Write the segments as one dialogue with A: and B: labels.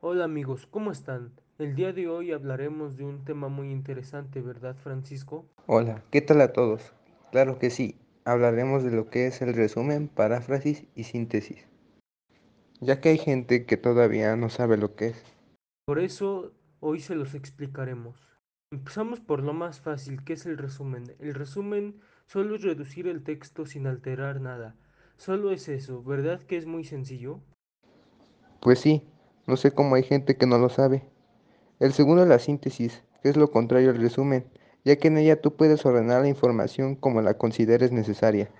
A: Hola amigos, ¿cómo están? El día de hoy hablaremos de un tema muy interesante, ¿verdad Francisco?
B: Hola, ¿qué tal a todos? Claro que sí, hablaremos de lo que es el resumen, paráfrasis y síntesis, ya que hay gente que todavía no sabe lo que es.
A: Por eso hoy se los explicaremos. Empezamos por lo más fácil, que es el resumen. El resumen solo es reducir el texto sin alterar nada. Solo es eso, ¿verdad que es muy sencillo?
B: Pues sí, no sé cómo hay gente que no lo sabe. El segundo es la síntesis, que es lo contrario al resumen, ya que en ella tú puedes ordenar la información como la consideres necesaria.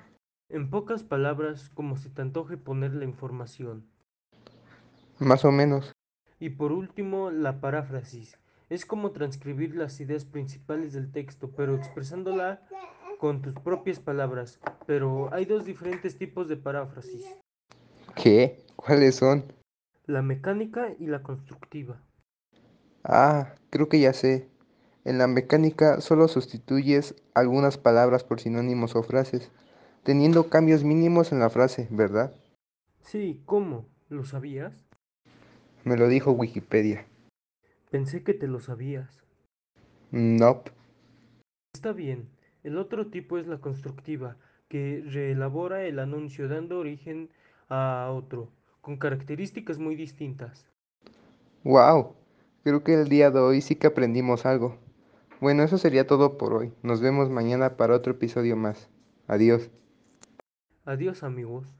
A: En pocas palabras, como se te antoje poner la información.
B: Más o menos,
A: Y por último, la paráfrasis. Es como transcribir las ideas principales del texto, pero expresándola con tus propias palabras. Pero hay dos diferentes tipos de paráfrasis,
B: ¿qué? ¿Cuáles son?
A: la mecánica y la constructiva.
B: Ah, creo que ya sé. En la mecánica solo sustituyes algunas palabras por sinónimos o frases, teniendo cambios mínimos en la frase, ¿verdad?
A: Sí, ¿cómo? ¿Lo sabías?
B: Me lo dijo Wikipedia.
A: Pensé que te lo sabías.
B: Nope.
A: Está bien. El otro tipo es la constructiva, que reelabora el anuncio dando origen a otro, con características muy distintas.
B: Wow. Creo que el día de hoy sí que aprendimos algo. Bueno, eso sería todo por hoy. Nos vemos mañana para otro episodio más. Adiós.
A: Adiós amigos.